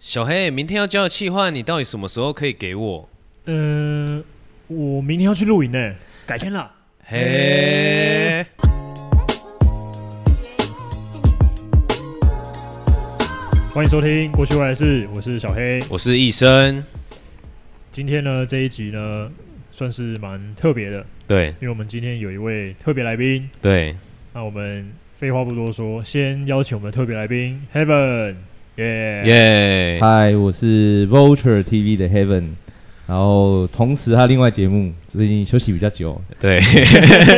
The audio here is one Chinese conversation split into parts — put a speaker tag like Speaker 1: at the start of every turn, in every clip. Speaker 1: 小黑，明天要交的气划，你到底什么时候可以给我？
Speaker 2: 呃，我明天要去露营呢，改天啦。
Speaker 1: 嘿，
Speaker 2: 欢迎收听《过去未来事》，我是小黑。
Speaker 1: 我是医生。
Speaker 2: 今天呢这一集呢算是蛮特别的，
Speaker 1: 对
Speaker 2: 因为我们今天有一位特别来宾。
Speaker 1: 对，
Speaker 2: 那我们废话不多说，先邀请我们的特别来宾 Heaven。耶
Speaker 1: 耶、
Speaker 3: 嗨，我是 Vulture TV 的 Heaven，然后同时他另外节目最近休息比 较久，
Speaker 1: 对，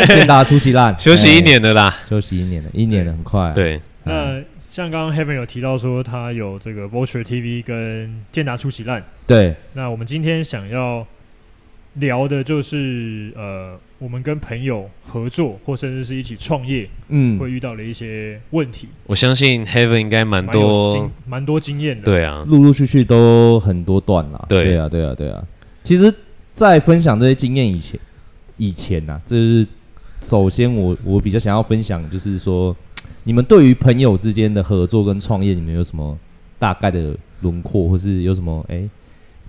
Speaker 3: 见大家出气烂，
Speaker 1: 休息一
Speaker 3: 哎、
Speaker 1: 年的啦。
Speaker 3: 休息一年了，一年了，很快、啊。，
Speaker 1: 对
Speaker 2: 那像刚刚 Heaven 有提到说，他有这个 Vulture TV 跟健达出奇烂。
Speaker 3: 对，
Speaker 2: 那我们今天想要聊的就是呃，我们跟朋友合作或甚至是一起创业
Speaker 3: 嗯，
Speaker 2: 会遇到的一些问题，
Speaker 1: 我相信 Heaven 应该蛮
Speaker 2: 蛮有
Speaker 1: 多
Speaker 2: 经，蛮多经验的。，
Speaker 1: 对啊，
Speaker 3: 陆陆续续都很多段啦。
Speaker 1: 对
Speaker 3: 啊，对啊，对啊。其实，在分享这些经验以前，以前呐、啊，这是首先我我比较想要分享，就是说，你们对于朋友之间的合作跟创业，你们有什么大概的轮廓，或是有什么哎、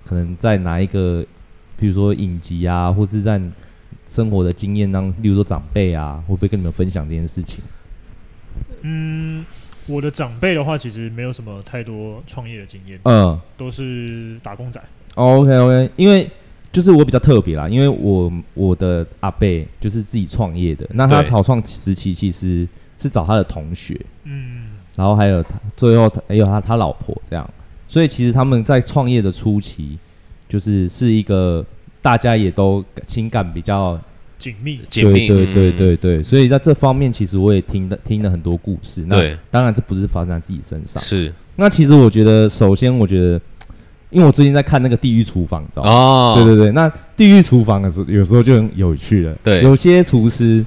Speaker 3: 可能在哪一个，比如说影集啊，或是在生活的经验当，例如说长辈啊，会不会跟你们分享这件事情？
Speaker 2: 嗯，我的长辈的话，其实没有什么太多创业的经验，
Speaker 3: 嗯，
Speaker 2: 都是打工仔。
Speaker 3: OK OK，因为就是我比较特别啦，因为我我的阿贝就是自己创业的，那他
Speaker 1: 对
Speaker 3: 草创时期其实是找他的同学，
Speaker 2: 嗯，
Speaker 3: 然后还有他最后他还有他他老婆这样，所以其实他们在创业的初期，就是是一个大家也都情感比较
Speaker 2: 紧密。
Speaker 1: 紧密，
Speaker 3: 对对对
Speaker 1: 嗯
Speaker 3: 对对，所以在这方面其实我也听的听了很多故事，那
Speaker 1: 嗯对
Speaker 3: 当然这不是发生在自己身上，
Speaker 1: 是
Speaker 3: 那其实我觉得首先我觉得，因为我最近在看那个《地狱厨房》，你知道吗？
Speaker 1: 哦，
Speaker 3: 对对对，那地狱厨房的时候，有时候就很有趣了。
Speaker 1: 对
Speaker 3: 有些厨师、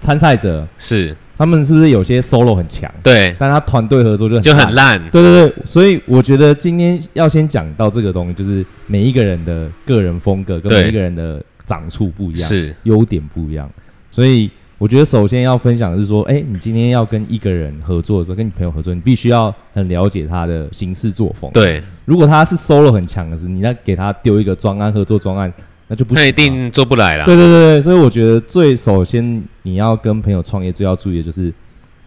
Speaker 3: 参赛者，
Speaker 1: 是，
Speaker 3: 他们是不是有些 solo 很强，
Speaker 1: 对，
Speaker 3: 但他团队合作就很
Speaker 1: 就很
Speaker 3: 烂
Speaker 1: 烂，
Speaker 3: 对对对，所以我觉得今天要先讲到这个东西，就是每一个人的个人风格跟
Speaker 1: 对
Speaker 3: 每一个人的长处不一样，
Speaker 1: 是
Speaker 3: 优点不一样。所以我觉得首先要分享的是说，哎，你今天要跟一个人合作的时候，跟你朋友合作，你必须要很了解他的行事作风。，
Speaker 1: 对，
Speaker 3: 如果他是 solo 很强的时候，你要给他丢一个专案合作专案，那就不行
Speaker 1: 那
Speaker 3: 啊
Speaker 1: 一定做不来啦。
Speaker 3: 对对对对，所以我觉得最首先你要跟朋友创业最要注意的就是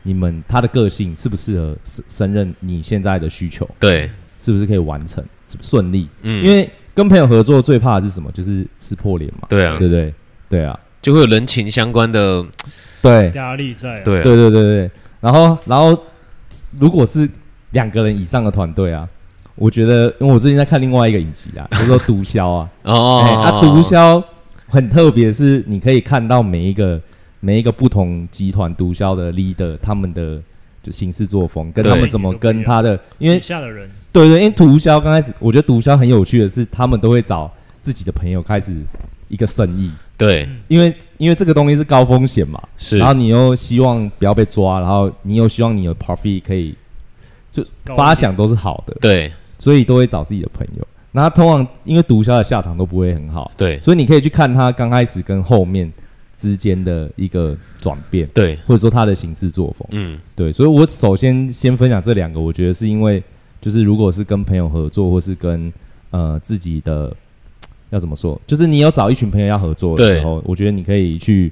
Speaker 3: 你们他的个性适不适合胜胜任你现在的需求，
Speaker 1: 对，
Speaker 3: 是不是可以完成，是不是顺利？
Speaker 1: 嗯，
Speaker 3: 因为跟朋友合作最怕的是什么？就是撕破脸嘛，
Speaker 1: 对啊，
Speaker 3: 对不对？对啊，
Speaker 1: 就会有人情相关的，
Speaker 3: 对
Speaker 2: 压力在、啊，，
Speaker 1: 对啊
Speaker 3: 对对对对。然后然后如果是两个人以上的团队啊，我觉得因为我最近在看另外一个影集啊，叫做《毒枭》啊，
Speaker 1: 哦，
Speaker 3: 哎，啊，毒枭很特别，是你可以看到每一个每一个不同集团毒枭的 leader 他们的就行事作风，跟
Speaker 1: 对
Speaker 3: 他们怎么跟他的，因为
Speaker 2: 底下的人
Speaker 3: 对对，因为毒枭刚开始，我觉得毒枭很有趣的是，他们都会找自己的朋友开始一个生意，
Speaker 1: 对，
Speaker 3: 因为因为这个东西是高风险嘛，
Speaker 1: 是
Speaker 3: 然后你又希望不要被抓，然后你又希望你的 profit 可以就
Speaker 2: 高一点
Speaker 3: 发想都是好的，
Speaker 1: 对
Speaker 3: 所以都会找自己的朋友。那他通常因为毒枭的下场都不会很好，
Speaker 1: 对
Speaker 3: 所以你可以去看他刚开始跟后面之间的一个转变，
Speaker 1: 对，
Speaker 3: 或者说他的行事作风。
Speaker 1: 嗯，
Speaker 3: 对，所以我首先先分享这两个，我觉得是因为就是如果是跟朋友合作，或是跟呃自己的要怎么说，就是你有找一群朋友要合作的
Speaker 1: 对
Speaker 3: 时候，我觉得你可以去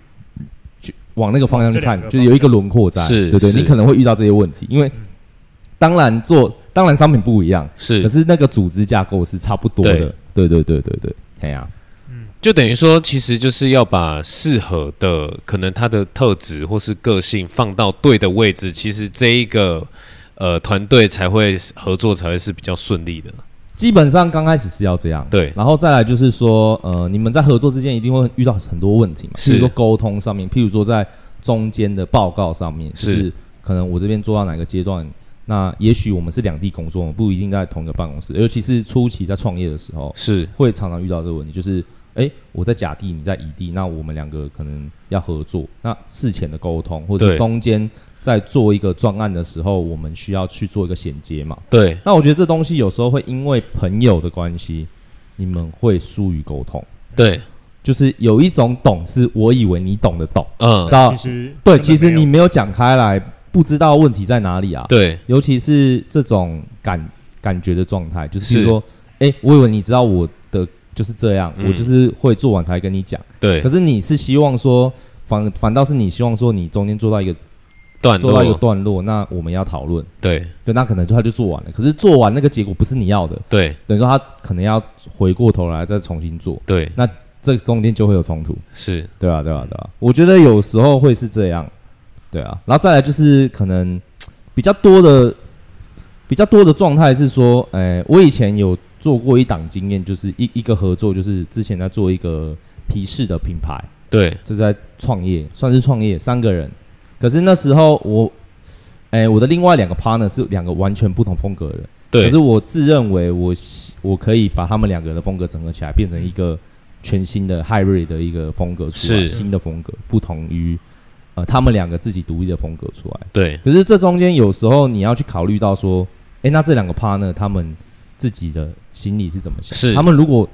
Speaker 3: 去往那个方向去看
Speaker 2: 往这两，个
Speaker 3: 就是有一个轮廓在，
Speaker 1: 是
Speaker 3: 对对，
Speaker 1: 是
Speaker 3: 你可能会遇到这些问题，因为当然做当然商品不一样，可
Speaker 1: 是，
Speaker 3: 是那个组织架构是差不多的，对对对对对，哎呀、
Speaker 2: 嗯
Speaker 1: 就等于说，其实就是要把适合的，可能他的特质或是个性放到对的位置，其实这一个呃团队才会合作，才会是比较顺利的。
Speaker 3: 基本上刚开始是要这样，
Speaker 1: 对
Speaker 3: 然后再来就是说，呃，你们在合作之间一定会遇到很多问题嘛，
Speaker 1: 是
Speaker 3: 譬如说沟通上面，譬如说在中间的报告上面，
Speaker 1: 是
Speaker 3: 就是可能我这边做到哪个阶段，那也许我们是两地工作，我们不一定在同一个办公室，尤其是初期在创业的时候，
Speaker 1: 是
Speaker 3: 会常常遇到这个问题，就是。哎，我在甲地，你在乙地，那我们两个可能要合作。那事前的沟通，或者
Speaker 1: 对
Speaker 3: 是中间在做一个专案的时候，我们需要去做一个衔接嘛？
Speaker 1: 对，
Speaker 3: 那我觉得这东西有时候会因为朋友的关系，你们会疏于沟通，
Speaker 1: 对，
Speaker 3: 就是有一种懂是我以为你懂得懂，
Speaker 1: 嗯
Speaker 3: 知，道
Speaker 2: 其？实
Speaker 3: 对，
Speaker 2: 根本
Speaker 3: 其实
Speaker 2: 没有
Speaker 3: 你没有讲开来，不知道问题在哪里啊。
Speaker 1: 对，
Speaker 3: 尤其是这种感感觉的状态，就是
Speaker 1: 是
Speaker 3: 譬如说，哎、我以为你知道我的就是这样，
Speaker 1: 嗯
Speaker 3: 我就是会做完才会跟你讲，
Speaker 1: 对
Speaker 3: 可，是你是希望说。反反倒是你希望说你中间做到一个
Speaker 1: 段
Speaker 3: 做到一个
Speaker 1: 落，
Speaker 3: 段落，那我们要讨论，
Speaker 1: 对
Speaker 3: 对，那可能就他就做完了。可是做完那个结果不是你要的，
Speaker 1: 对
Speaker 3: 等于说他可能要回过头来再重新做，
Speaker 1: 对，
Speaker 3: 这中间就会有冲突，
Speaker 1: 是
Speaker 3: 对啊，对啊，对啊。我觉得有时候会是这样，对啊。然后再来就是可能比较多的比较多的状态是说，哎、我以前有做过一档经验，就是一一个合作，就是之前在做一个皮试的品牌，
Speaker 1: 对
Speaker 3: 就是在创业，算是创业，三个人。可是那时候我，哎、我的另外两个 partner 是两个完全不同风格的人。
Speaker 1: 对
Speaker 3: 可是我自认为我喜我可以把他们两个的风格整合起来，变成一个全新的 hybrid 的一个风格出来，
Speaker 1: 嗯是
Speaker 3: 新的风格，不同于呃他们两个自己独立的风格出来。
Speaker 1: 对
Speaker 3: 可是这中间有时候你要去考虑到说，哎、那这两个 partner 他们自己的心里是怎么想？
Speaker 1: 是
Speaker 3: 他们如果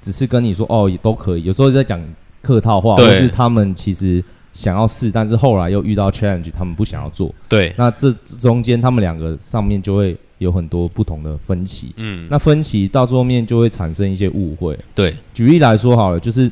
Speaker 3: 只是跟你说哦也都可以，有时候在讲客套话，或
Speaker 1: 对
Speaker 3: 是他们其实想要试，但是后来又遇到 challenge，他们不想要做，
Speaker 1: 对，
Speaker 3: 那这这中间他们两个上面就会有很多不同的分歧。
Speaker 1: 嗯，
Speaker 3: 那分歧到最后面就会产生一些误会。
Speaker 1: 对
Speaker 3: 举例来说好了，就是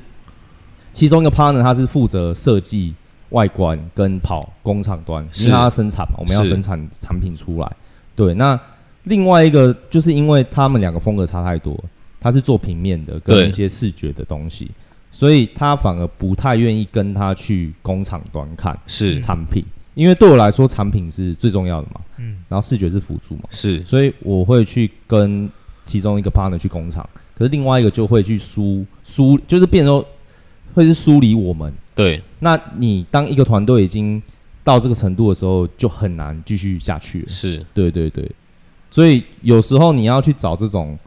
Speaker 3: 其中一个 partner 他是负责设计外观跟跑工厂端，因
Speaker 1: 是
Speaker 3: 为他要生产嘛，我们要
Speaker 1: 是
Speaker 3: 生产产品出来。对，那另外一个就是因为他们两个风格差太多，他是做平面的跟
Speaker 1: 对
Speaker 3: 一些视觉的东西，所以他反而不太愿意跟他去工厂端看
Speaker 1: 是
Speaker 3: 产品，因为对我来说产品是最重要的嘛，
Speaker 2: 嗯，
Speaker 3: 然后视觉是辅助嘛。
Speaker 1: 是
Speaker 3: 所以我会去跟其中一个 partner 去工厂，可是另外一个就会去梳梳，就是变成说会是梳理我们。
Speaker 1: 对
Speaker 3: 那你当一个团队已经到这个程度的时候，就很难继续下去了。
Speaker 1: 是
Speaker 3: 对对对，所以有时候你要去找这种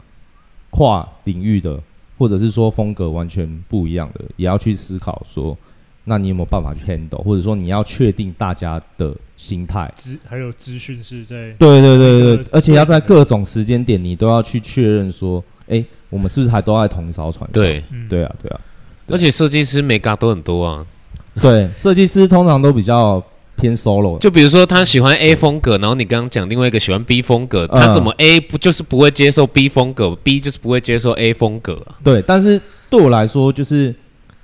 Speaker 3: 跨领域的，或者是说风格完全不一样的，也要去思考说，那你有没有办法去 handle，或者说你要确定大家的心态。
Speaker 2: 资还有资讯是在
Speaker 3: 对对对
Speaker 2: 那
Speaker 3: 对
Speaker 2: 个
Speaker 3: 对，而且要在各种时间点，你都要去确认说，哎、我们是不是还都在同一艘船上？
Speaker 1: 对，
Speaker 2: 嗯
Speaker 3: 对啊，对啊，
Speaker 1: 而且设计师美嘎都很多啊，
Speaker 3: 对，设计师通常都比较偏 solo 的。
Speaker 1: 就比如说他喜欢 A 风格，然后你刚刚讲另外一个喜欢 B 风格，他
Speaker 3: 嗯
Speaker 1: 怎么 A 不就是不会接受 B 风格，B 就是不会接受 A 风格啊？
Speaker 3: 对，但是对我来说，就是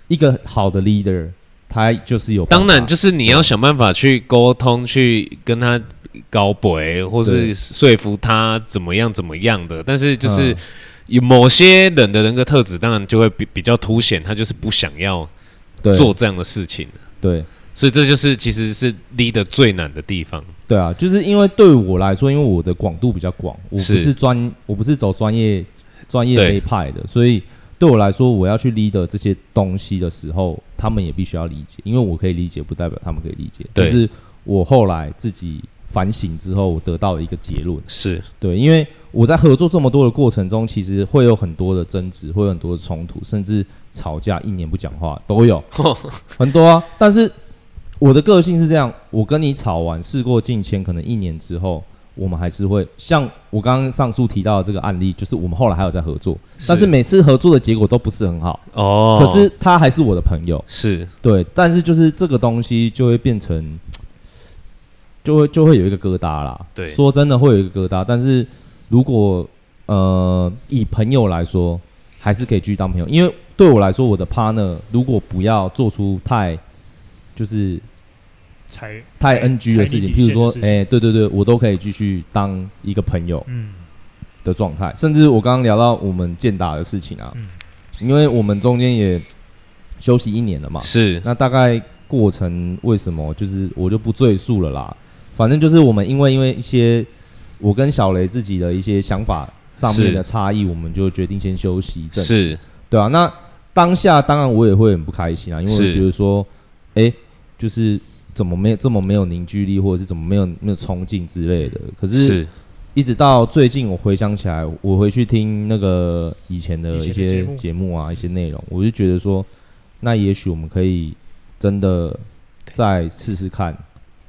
Speaker 3: 一个好的 leader，他就是有办
Speaker 1: 当
Speaker 3: 法
Speaker 1: 然，就是你要想办法去沟通，去跟他搞鬼，或
Speaker 3: 对
Speaker 1: 是说服他怎么样怎么样的。但是就是
Speaker 3: 嗯
Speaker 1: 有某些人的人格特质，当然就会比比较凸显，他就是不想要
Speaker 3: 对
Speaker 1: 做这样的事情。
Speaker 3: 对
Speaker 1: 所以这就是其实是 leader 最难的地方。
Speaker 3: 对啊，就是因为对我来说，因为我的广度比较广，我不
Speaker 1: 是
Speaker 3: 是专，我不是走专业专业
Speaker 1: 对
Speaker 3: 这一派的，所以对我来说，我要去 leader 这些东西的时候，他们也必须要理解，因为我可以理解，不代表他们可以理解。这
Speaker 1: 对
Speaker 3: 是我后来自己反省之后，我得到的一个结论。
Speaker 1: 是
Speaker 3: 对，因为我在合作这么多的过程中，其实会有很多的争执，会有很多的冲突，甚至吵架，一年不讲话都有， 很多啊。但是我的个性是这样，我跟你吵完，事过境迁，可能一年之后，我们还是会像我刚刚上述提到的这个案例，就是我们后来还有在合作，但是每次合作的结果都不是很好，
Speaker 1: 哦，
Speaker 3: 可是他还是我的朋友，
Speaker 1: 是
Speaker 3: 对。但是就是这个东西就会变成，就会就会有一个疙瘩啦。
Speaker 1: 对
Speaker 3: 说真的会有一个疙瘩，但是如果呃以朋友来说，还是可以继续当朋友，因为对我来说，我的 partner 如果不要做出太就是
Speaker 2: 才
Speaker 3: 太
Speaker 2: 才
Speaker 3: NG 的事情，
Speaker 2: 才
Speaker 3: 譬
Speaker 2: 你
Speaker 3: 如说
Speaker 2: 底线的事，情
Speaker 3: 哎、对对对，我都可以继续当一个朋友
Speaker 2: 嗯
Speaker 3: 的状态。甚至我刚刚聊到我们健达的事情啊，
Speaker 2: 嗯
Speaker 3: 因为我们中间也休息一年了嘛，
Speaker 1: 是
Speaker 3: 那大概过程为什么就是我就不赘述了啦。反正就是我们因为因为一些我跟小雷自己的一些想法上面
Speaker 1: 是
Speaker 3: 的差异，我们就决定先休息一阵子，
Speaker 1: 是
Speaker 3: 对啊。那当下当然我也会很不开心啊，因为我
Speaker 1: 是
Speaker 3: 觉得说，哎、就是怎么没有这么没有凝聚力，或者是怎么没有没有冲劲之类的。可是
Speaker 1: 是
Speaker 3: 一直到最近，我回想起来，我回去听那个以前的一
Speaker 2: 以前的
Speaker 3: 些
Speaker 2: 节目
Speaker 3: 节目啊，一些内容，我就觉得说，那也许我们可以真的再试试看，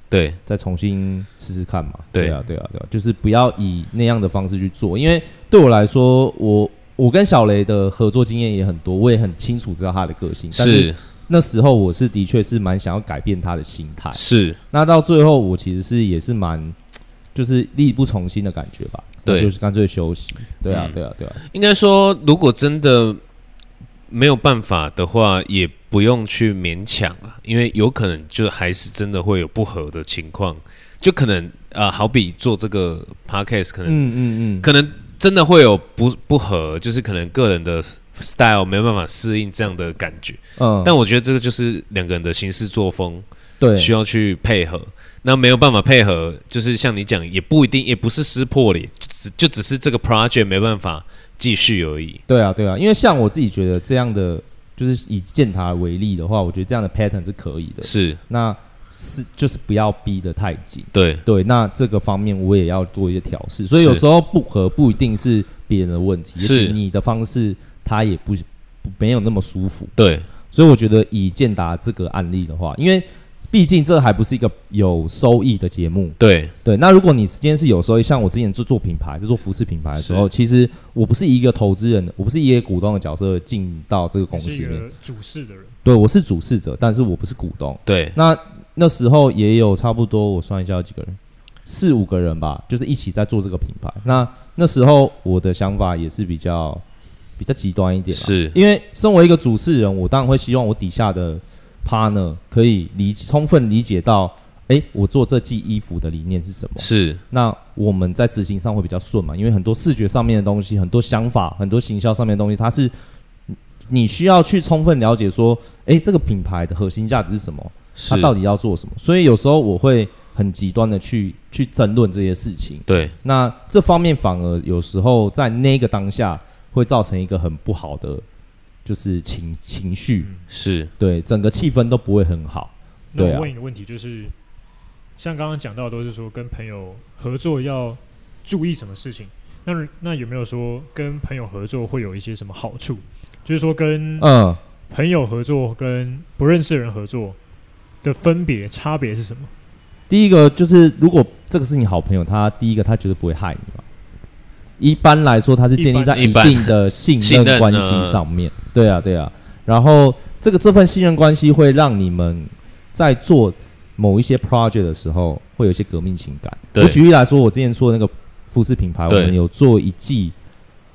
Speaker 1: 对
Speaker 3: 再重新试试看嘛。
Speaker 1: 对
Speaker 3: 啊，对啊，对啊，就是不要以那样的方式去做，因为对我来说，我我跟小雷的合作经验也很多，我也很清楚知道他的个性。但
Speaker 1: 是
Speaker 3: 那时候我是的确是蛮想要改变他的心
Speaker 1: 哎
Speaker 3: 态，
Speaker 1: 是
Speaker 3: 那到最后我其实是也是蛮就是力不从心的感觉吧。
Speaker 1: 对
Speaker 3: 那就是干脆休息。对啊
Speaker 1: 嗯，
Speaker 3: 对啊，对啊，
Speaker 1: 应该说，如果真的没有办法的话，也不用去勉强了，因为有可能就还是真的会有不合的情况，就可能啊、呃好比做这个 podcast，可能、
Speaker 3: 嗯嗯嗯，
Speaker 1: 可能真的会有不不合，就是可能个人的 style 没有办法适应这样的感觉。
Speaker 3: 嗯，
Speaker 1: 但我觉得这个就是两个人的行事作风
Speaker 3: 对，
Speaker 1: 需要去配合。那没有办法配合，就是像你讲，也不一定，也不是撕破脸，就只就只是这个 project 没办法继续而已。
Speaker 3: 对啊，对啊，因为像我自己觉得这样的，就是以建塔为例的话，我觉得这样的 pattern 是可以的。
Speaker 1: 是
Speaker 3: 那是就是不要逼得太紧。
Speaker 1: 对，
Speaker 3: 对，那这个方面我也要做一些调试，所以有
Speaker 1: 是
Speaker 3: 时候不合不一定是别人的问题，也
Speaker 1: 是
Speaker 3: 许你的方式他也不不没有那么舒服。
Speaker 1: 对，
Speaker 3: 所以我觉得以健达这个案例的话，因为毕竟这还不是一个有收益的节目，
Speaker 1: 对，
Speaker 3: 对。那如果你今天是有收益，像我之前做做品牌，就做服饰品牌的时候，
Speaker 1: 是
Speaker 3: 其实我不是以一个投资人，我不是以一个股东的角色进到这个公
Speaker 2: 你
Speaker 3: 司
Speaker 2: 是一
Speaker 3: 里面，
Speaker 2: 个主事的人，
Speaker 3: 对我是主事者，但是我不是股东。
Speaker 1: 对，
Speaker 3: 那那时候也有差不多，我算一下有几个人，四五个人吧，就是一起在做这个品牌。那那时候我的想法也是比较比较极端一点啦，啊
Speaker 1: 是
Speaker 3: 因为身为一个主事人，我当然会希望我底下的 partner 可以理解充分理解到，诶，我做这季衣服的理念是什么。
Speaker 1: 是，
Speaker 3: 那我们在执行上会比较顺嘛，因为很多视觉上面的东西，很多想法，很多行销上面的东西，它是你你需要去充分了解说，诶，这个品牌的核心价值是什么，
Speaker 1: 是
Speaker 3: 他，到底要做什么。所以有时候我会很极端的去去争论这些事情。
Speaker 1: 对，
Speaker 3: 那这方面反而有时候在那个当下会造成一个很不好的就是情情绪，
Speaker 1: 是，
Speaker 3: 对整个气氛都不会很好。
Speaker 2: 那
Speaker 3: 对啊
Speaker 2: 我问一个问题，就是像刚刚讲到，都是说跟朋友合作要注意什么事情？那那有没有说跟朋友合作会有一些什么好处？就是说跟
Speaker 3: 嗯，
Speaker 2: 朋友合作跟不认识的人合作的分别差别是什么？
Speaker 3: 第一个就是如果这个是你好朋友，他第一个他绝对不会害你嘛。一般来说，他是建立在
Speaker 1: 一
Speaker 3: 一
Speaker 1: 般
Speaker 3: 定的信
Speaker 1: 信任呃
Speaker 3: 任关系上面。对啊，对啊。然后这个这份信任关系会让你们在做某一些 project 的时候，会有一些革命情感。
Speaker 1: 对
Speaker 3: 我举例来说，我之前做那个服饰品牌，我
Speaker 1: 对
Speaker 3: 们有做一季，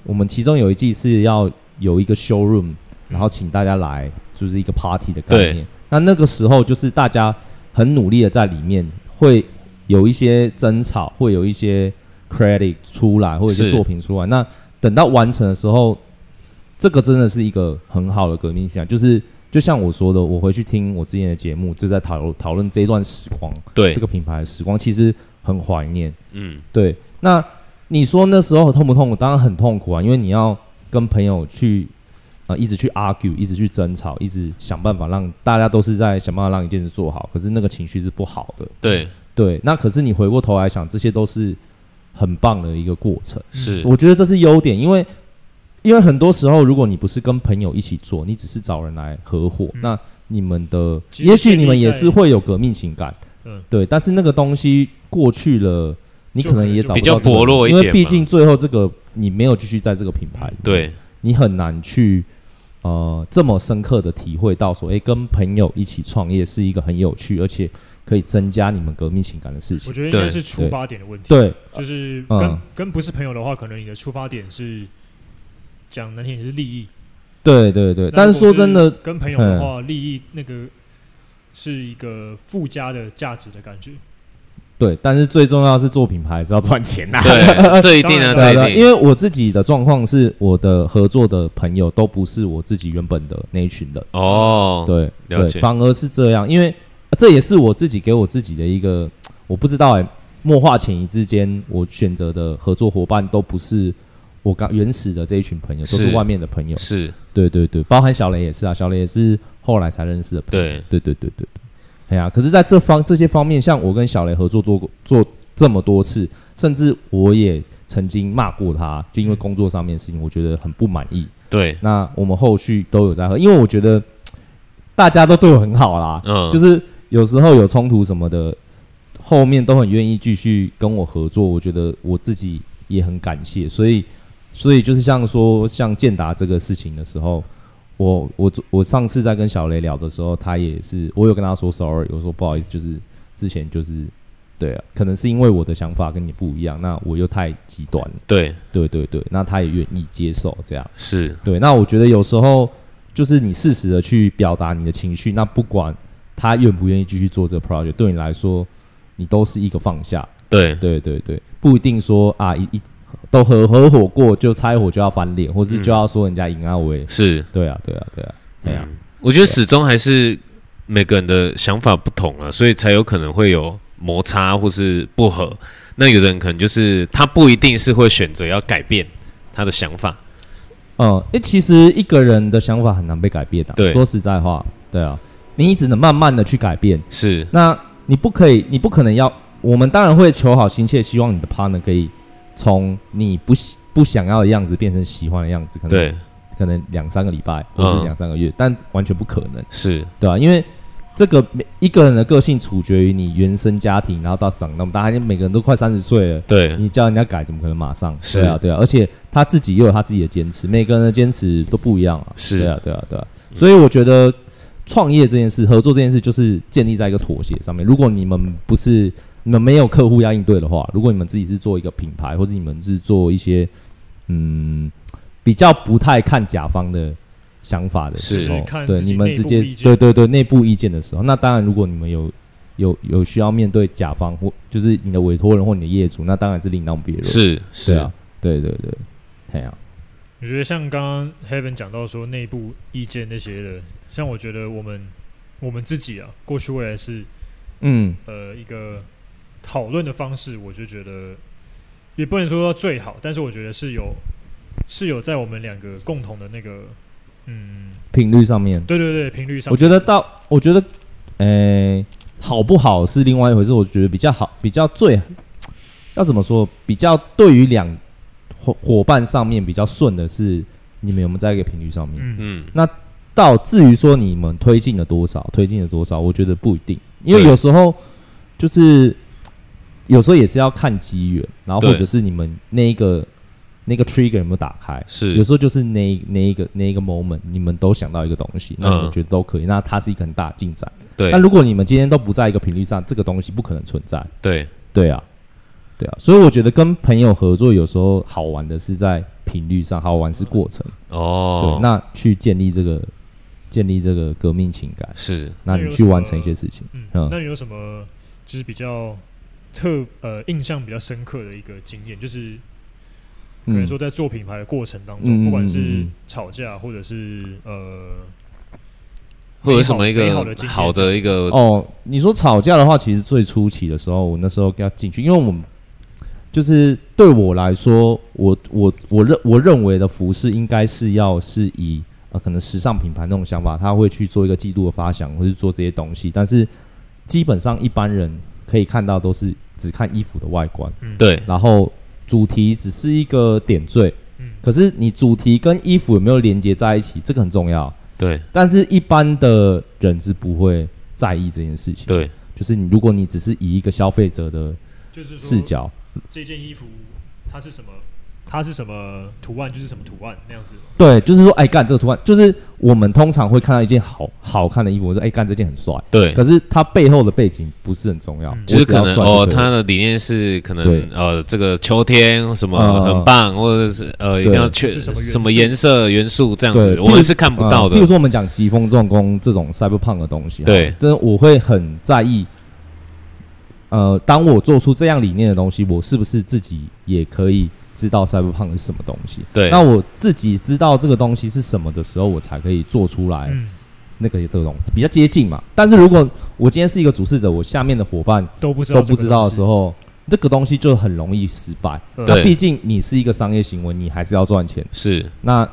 Speaker 3: 我们其中有一季是要有一个 showroom，然后请大家来，就是一个 party 的概念。那那个时候就是大家很努力的在里面，会有一些争吵，会有一些 credit 出来，或者
Speaker 1: 是
Speaker 3: 是作品出来。那等到完成的时候，这个真的是一个很好的革命性啊，就是就像我说的，我回去听我之前的节目，就在讨论讨论这一段时光，
Speaker 1: 对
Speaker 3: 这，个品牌的时光，其实很怀念。
Speaker 1: 嗯，
Speaker 3: 对，那你说那时候痛不痛苦？当然很痛苦啊，因为你要跟朋友去啊、呃一直去 argue，一直去争吵，一直想办法让大家都是在想办法让一件事做好，可是那个情绪是不好的。
Speaker 1: 对，
Speaker 3: 对，那可是你回过头来想，这些都是很棒的一个过程。
Speaker 1: 是，
Speaker 3: 我觉得这是优点，因为因为很多时候，如果你不是跟朋友一起做，你只是找人来合伙，
Speaker 2: 嗯
Speaker 3: 那你们的
Speaker 2: 其实
Speaker 3: 也许你们
Speaker 2: 建立在
Speaker 3: 也是会有革命情感，
Speaker 2: 嗯，
Speaker 3: 对，但是那个东西过去了，你
Speaker 2: 就
Speaker 3: 可能
Speaker 2: 可能
Speaker 3: 也
Speaker 2: 就
Speaker 3: 找
Speaker 1: 比
Speaker 3: 不
Speaker 1: 较
Speaker 3: 到这个
Speaker 1: 薄弱一
Speaker 3: 因为
Speaker 1: 点
Speaker 3: 毕
Speaker 1: 嘛
Speaker 3: 竟最后这个你没有继续在这个品牌里，，
Speaker 1: 对，
Speaker 3: 你很难去呃这么深刻的体会到说，哎、跟朋友一起创业是一个很有趣，而且可以增加你们革命情感的事
Speaker 2: 我
Speaker 3: 情。
Speaker 2: 觉得应该
Speaker 1: 对
Speaker 2: 是出发点的问题。
Speaker 3: 对，
Speaker 2: 就是跟、
Speaker 3: 嗯
Speaker 2: 跟不是朋友的话，可能你的出发点是讲难听点是利益，
Speaker 3: 对对对，但
Speaker 2: 那
Speaker 3: 是
Speaker 2: 如果
Speaker 3: 说真的，嗯
Speaker 2: 跟朋友的话，利益那个是一个附加的价值的感觉。
Speaker 3: 对，但是最重要的是做品牌是要赚钱呐、
Speaker 1: 对，这一定啊，
Speaker 3: 对啊对啊
Speaker 1: 这一
Speaker 3: 因
Speaker 1: 定，
Speaker 3: 为我自己的状况是，我的合作的朋友都不是我自己原本的那一群人，
Speaker 1: 哦，
Speaker 3: 对
Speaker 1: 了解
Speaker 3: 对，反而是这样，因为、呃这也是我自己给我自己的一个，我不知道哎、默化潜移之间，我选择的合作伙伴都不是我刚原始的这一群朋友，都
Speaker 1: 是
Speaker 3: 是外面的朋友，
Speaker 1: 是，
Speaker 3: 对对对，包含小雷也是啊，小雷也是后来才认识的朋友。
Speaker 1: 对，
Speaker 3: 对对对对对，哎呀、可是在这方这些方面，像我跟小雷合作做过做这么多次，甚至我也曾经骂过他，就因为工作上面的事情，我觉得很不满意。
Speaker 1: 对，
Speaker 3: 那我们后续都有在喝，因为我觉得大家都对我很好啦，
Speaker 1: 嗯，
Speaker 3: 就是是有时候有冲突什么的，后面都很愿意继续跟我合作，我觉得我自己也很感谢。所以，所以就是像说像健达这个事情的时候，我我我上次在跟小雷聊的时候，他也是我有跟他说 sorry，我说不好意思，就是之前就是对啊，可能是因为我的想法跟你不一样，那我又太极端了。
Speaker 1: 对，
Speaker 3: 对对对，那他也愿意接受这样。
Speaker 1: 是
Speaker 3: 对，那我觉得有时候就是你适时的去表达你的情绪，那不管他愿不愿意继续做这个 project，对你来说，你都是一个放下。
Speaker 1: 对，
Speaker 3: 对对对，不一定说啊一一都合合伙过就拆伙就要翻脸，或是就要说人家赢啊我也
Speaker 1: 是，
Speaker 3: 对啊对啊对啊对啊，
Speaker 1: 嗯，我觉得始终还是每个人的想法不同啊，所以才有可能会有摩擦或是不合。那有的人可能就是他不一定是会选择要改变他的想法，
Speaker 3: 嗯，诶，其实一个人的想法很难被改变的、啊
Speaker 1: 对
Speaker 3: 说实在话，对啊，你只能慢慢的去改变。
Speaker 1: 是
Speaker 3: 那你不可以，你不可能要，我们当然会求好心切，希望你的 partner 可以从你不喜不想要的样子变成喜欢的样子，可能
Speaker 1: 对，
Speaker 3: 可能两三个礼拜或
Speaker 1: 嗯
Speaker 3: 是两三个月，但完全不可能，
Speaker 1: 是
Speaker 3: 对吧、因为这个每一个人的个性处决于你原生家庭，然后到长那么大，每个人都快三十岁了，
Speaker 1: 对，
Speaker 3: 你叫人家改，怎么可能马上？
Speaker 1: 是
Speaker 3: 对啊，对啊，而且他自己也有他自己的坚持，每个人的坚持都不一样啊。
Speaker 1: 是嗯
Speaker 3: 对啊，对啊，对啊。所以我觉得创业这件事、合作这件事，就是建立在一个妥协上面。如果你们不是你们没有客户要应对的话，如果你们自己是做一个品牌，或者你们是做一些嗯比较不太看甲方的想法的
Speaker 1: 是
Speaker 3: 时候
Speaker 2: 就是看，
Speaker 3: 对
Speaker 2: 自己
Speaker 3: 你们
Speaker 2: 内
Speaker 3: 直
Speaker 2: 部
Speaker 3: 接
Speaker 2: 意见
Speaker 3: 对对对内部意见的时候，那当然如果你们有有有需要面对甲方或就是你的委托人或你的业主，那当然是另当别论。
Speaker 1: 是是
Speaker 3: 对啊，，对对对，哎呀、
Speaker 2: 我觉得像刚刚 Heaven 讲到说内部意见那些的，像我觉得我们我们自己啊，过去未来是
Speaker 3: 嗯，
Speaker 2: 呃一个讨论的方式，我就觉得也不能说最好，但是我觉得是有是有在我们两个共同的那个嗯，
Speaker 3: 频率上面，
Speaker 2: 对对对，频率上，
Speaker 3: 我觉得到，我觉得，诶、好不好是另外一回事。我觉得比较好，比较最要怎么说，比较对于两伙伙伴上面比较顺的是，你们有没有在一个频率上面？
Speaker 2: 嗯，
Speaker 1: 嗯，
Speaker 3: 到至于说你们推进了多少，推进了多少，我觉得不一定，因为
Speaker 1: 对
Speaker 3: 有时候就是有时候也是要看机缘，然后或
Speaker 1: 对
Speaker 3: 者是你们那一个那个 trigger 有没有打开。有
Speaker 1: 是
Speaker 3: 时候就是那一那一个那一个 moment，你们都想到一个东西，那你们觉得都可以，那它是一个很大的进展。
Speaker 1: 嗯对
Speaker 3: 那如果你们今天都不在一个频率上，这个东西不可能存在。
Speaker 1: 对，
Speaker 3: 对啊，对啊，所以我觉得跟朋友合作有时候好玩的是在频率上，好玩是过程。
Speaker 1: 哦
Speaker 3: 对，，那去建立这个建立这个革命情感，
Speaker 1: 是
Speaker 3: 那
Speaker 2: 那
Speaker 3: 你
Speaker 2: 有
Speaker 3: 去
Speaker 2: 什
Speaker 3: 完
Speaker 2: 么
Speaker 3: 成一些事情。
Speaker 2: 嗯，
Speaker 3: 嗯
Speaker 2: 那你有什么就是比较特呃印象比较深刻的一个经验？就是可能
Speaker 3: 嗯
Speaker 2: 说在做品牌的过程当
Speaker 3: 嗯嗯
Speaker 2: 中，不管
Speaker 3: 嗯
Speaker 2: 是
Speaker 3: 嗯
Speaker 2: 吵架或者是呃，
Speaker 1: 会有什么一
Speaker 2: 美好
Speaker 1: 个
Speaker 2: 的经验
Speaker 1: 好的一个
Speaker 3: 哦，你说吵架的话，其实最初期的时候，我那时候要进去，因为我们就是对我来说，我我我认我认为的服饰应该是要是以呃可能时尚品牌那种想法，他会去做一个季度的发想，或是做这些东西，但是基本上一般人可以看到都是只看衣服的外观，
Speaker 1: 对
Speaker 3: 然后主题只是一个点缀，
Speaker 2: 嗯
Speaker 3: 可是你主题跟衣服有没有连接在一起，这个很重要，
Speaker 1: 对
Speaker 3: 但是一般的人是不会在意这件事情。
Speaker 1: 对
Speaker 3: 就是你，如果你只是以一个消费者的
Speaker 2: 就是
Speaker 3: 视
Speaker 2: 说
Speaker 3: 角，
Speaker 2: 这件衣服它是什么，它是什么图案就是什么图案那样子吗。
Speaker 3: 对，就是说，哎，干这个图案，就是我们通常会看到一件好好看的衣服，我说，哎，干这件很帅，
Speaker 1: 对，
Speaker 3: 可是它背后的背景不是很重要，
Speaker 2: 嗯
Speaker 1: 就是
Speaker 3: 我只
Speaker 1: 可
Speaker 3: 要
Speaker 1: 能
Speaker 3: 帅
Speaker 1: 哦，
Speaker 3: 就可以
Speaker 1: 它
Speaker 3: 了
Speaker 1: 的理念是可能
Speaker 3: 对
Speaker 1: 呃，这个秋天什么
Speaker 3: 嗯
Speaker 1: 很棒，或者是呃，一定要确
Speaker 2: 是什么元素
Speaker 1: 什么颜色元素这样子，
Speaker 3: 对
Speaker 1: 我们是看不到
Speaker 3: 嗯比如
Speaker 1: 的。
Speaker 3: 说我们讲疾风重工这种 cyberpunk 的东西，
Speaker 1: 对
Speaker 3: 好真的我会很在意。呃，当我做出这样理念的东西，我是不是自己也可以知道 cyberpunk 是什么东西？
Speaker 1: 对，
Speaker 3: 那我自己知道这个东西是什么的时候，我才可以做出来。
Speaker 2: 嗯，
Speaker 3: 那个这种比较接近嘛。但是如果我今天是一个主事者，我下面的伙伴
Speaker 2: 都不知道
Speaker 3: 都不知道的时候，这个东西就很容易失败。
Speaker 2: 这个东西，
Speaker 1: 对
Speaker 3: 那毕竟你是一个商业行为，你还是要赚钱。
Speaker 1: 是
Speaker 3: 那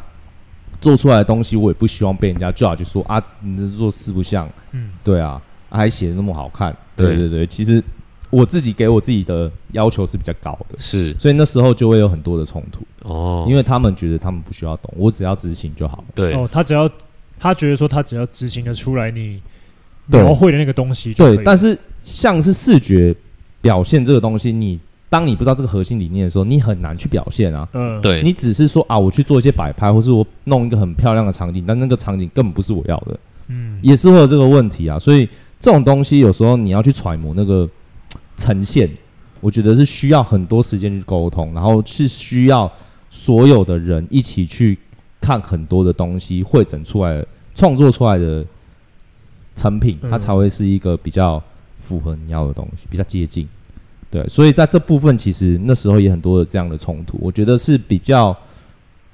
Speaker 3: 做出来的东西，我也不希望被人家 judge 说啊，你这做四不像，
Speaker 2: 嗯
Speaker 3: 对啊，啊还写的那么好看，
Speaker 1: 对
Speaker 3: 对对对。其实我自己给我自己的要求是比较高的，
Speaker 1: 是
Speaker 3: 所以那时候就会有很多的冲突，
Speaker 1: 哦，
Speaker 3: 因为他们觉得他们不需要懂，我只要执行就好了。
Speaker 1: 对
Speaker 2: 嗯，哦，他只要他觉得说他只要执行的出来你
Speaker 3: 对
Speaker 2: 描绘的那个东西就可以
Speaker 3: 对
Speaker 2: 了，，
Speaker 3: 但是像是视觉表现这个东西，你当你不知道这个核心理念的时候，你很难去表现啊。
Speaker 2: 嗯，
Speaker 1: 对
Speaker 3: 你只是说啊，我去做一些摆拍，或是我弄一个很漂亮的场景，但那个场景根本不是我要的，
Speaker 2: 嗯，
Speaker 3: 也是会有这个问题啊。所以这种东西有时候你要去揣摩那个呈现，我觉得是需要很多时间去沟通，然后是需要所有的人一起去看很多的东西，汇整出来的创作出来的成品，它
Speaker 2: 嗯
Speaker 3: 才会是一个比较符合你要的东西，比较接近。对，所以在这部分其实那时候也很多的这样的冲突，我觉得是比较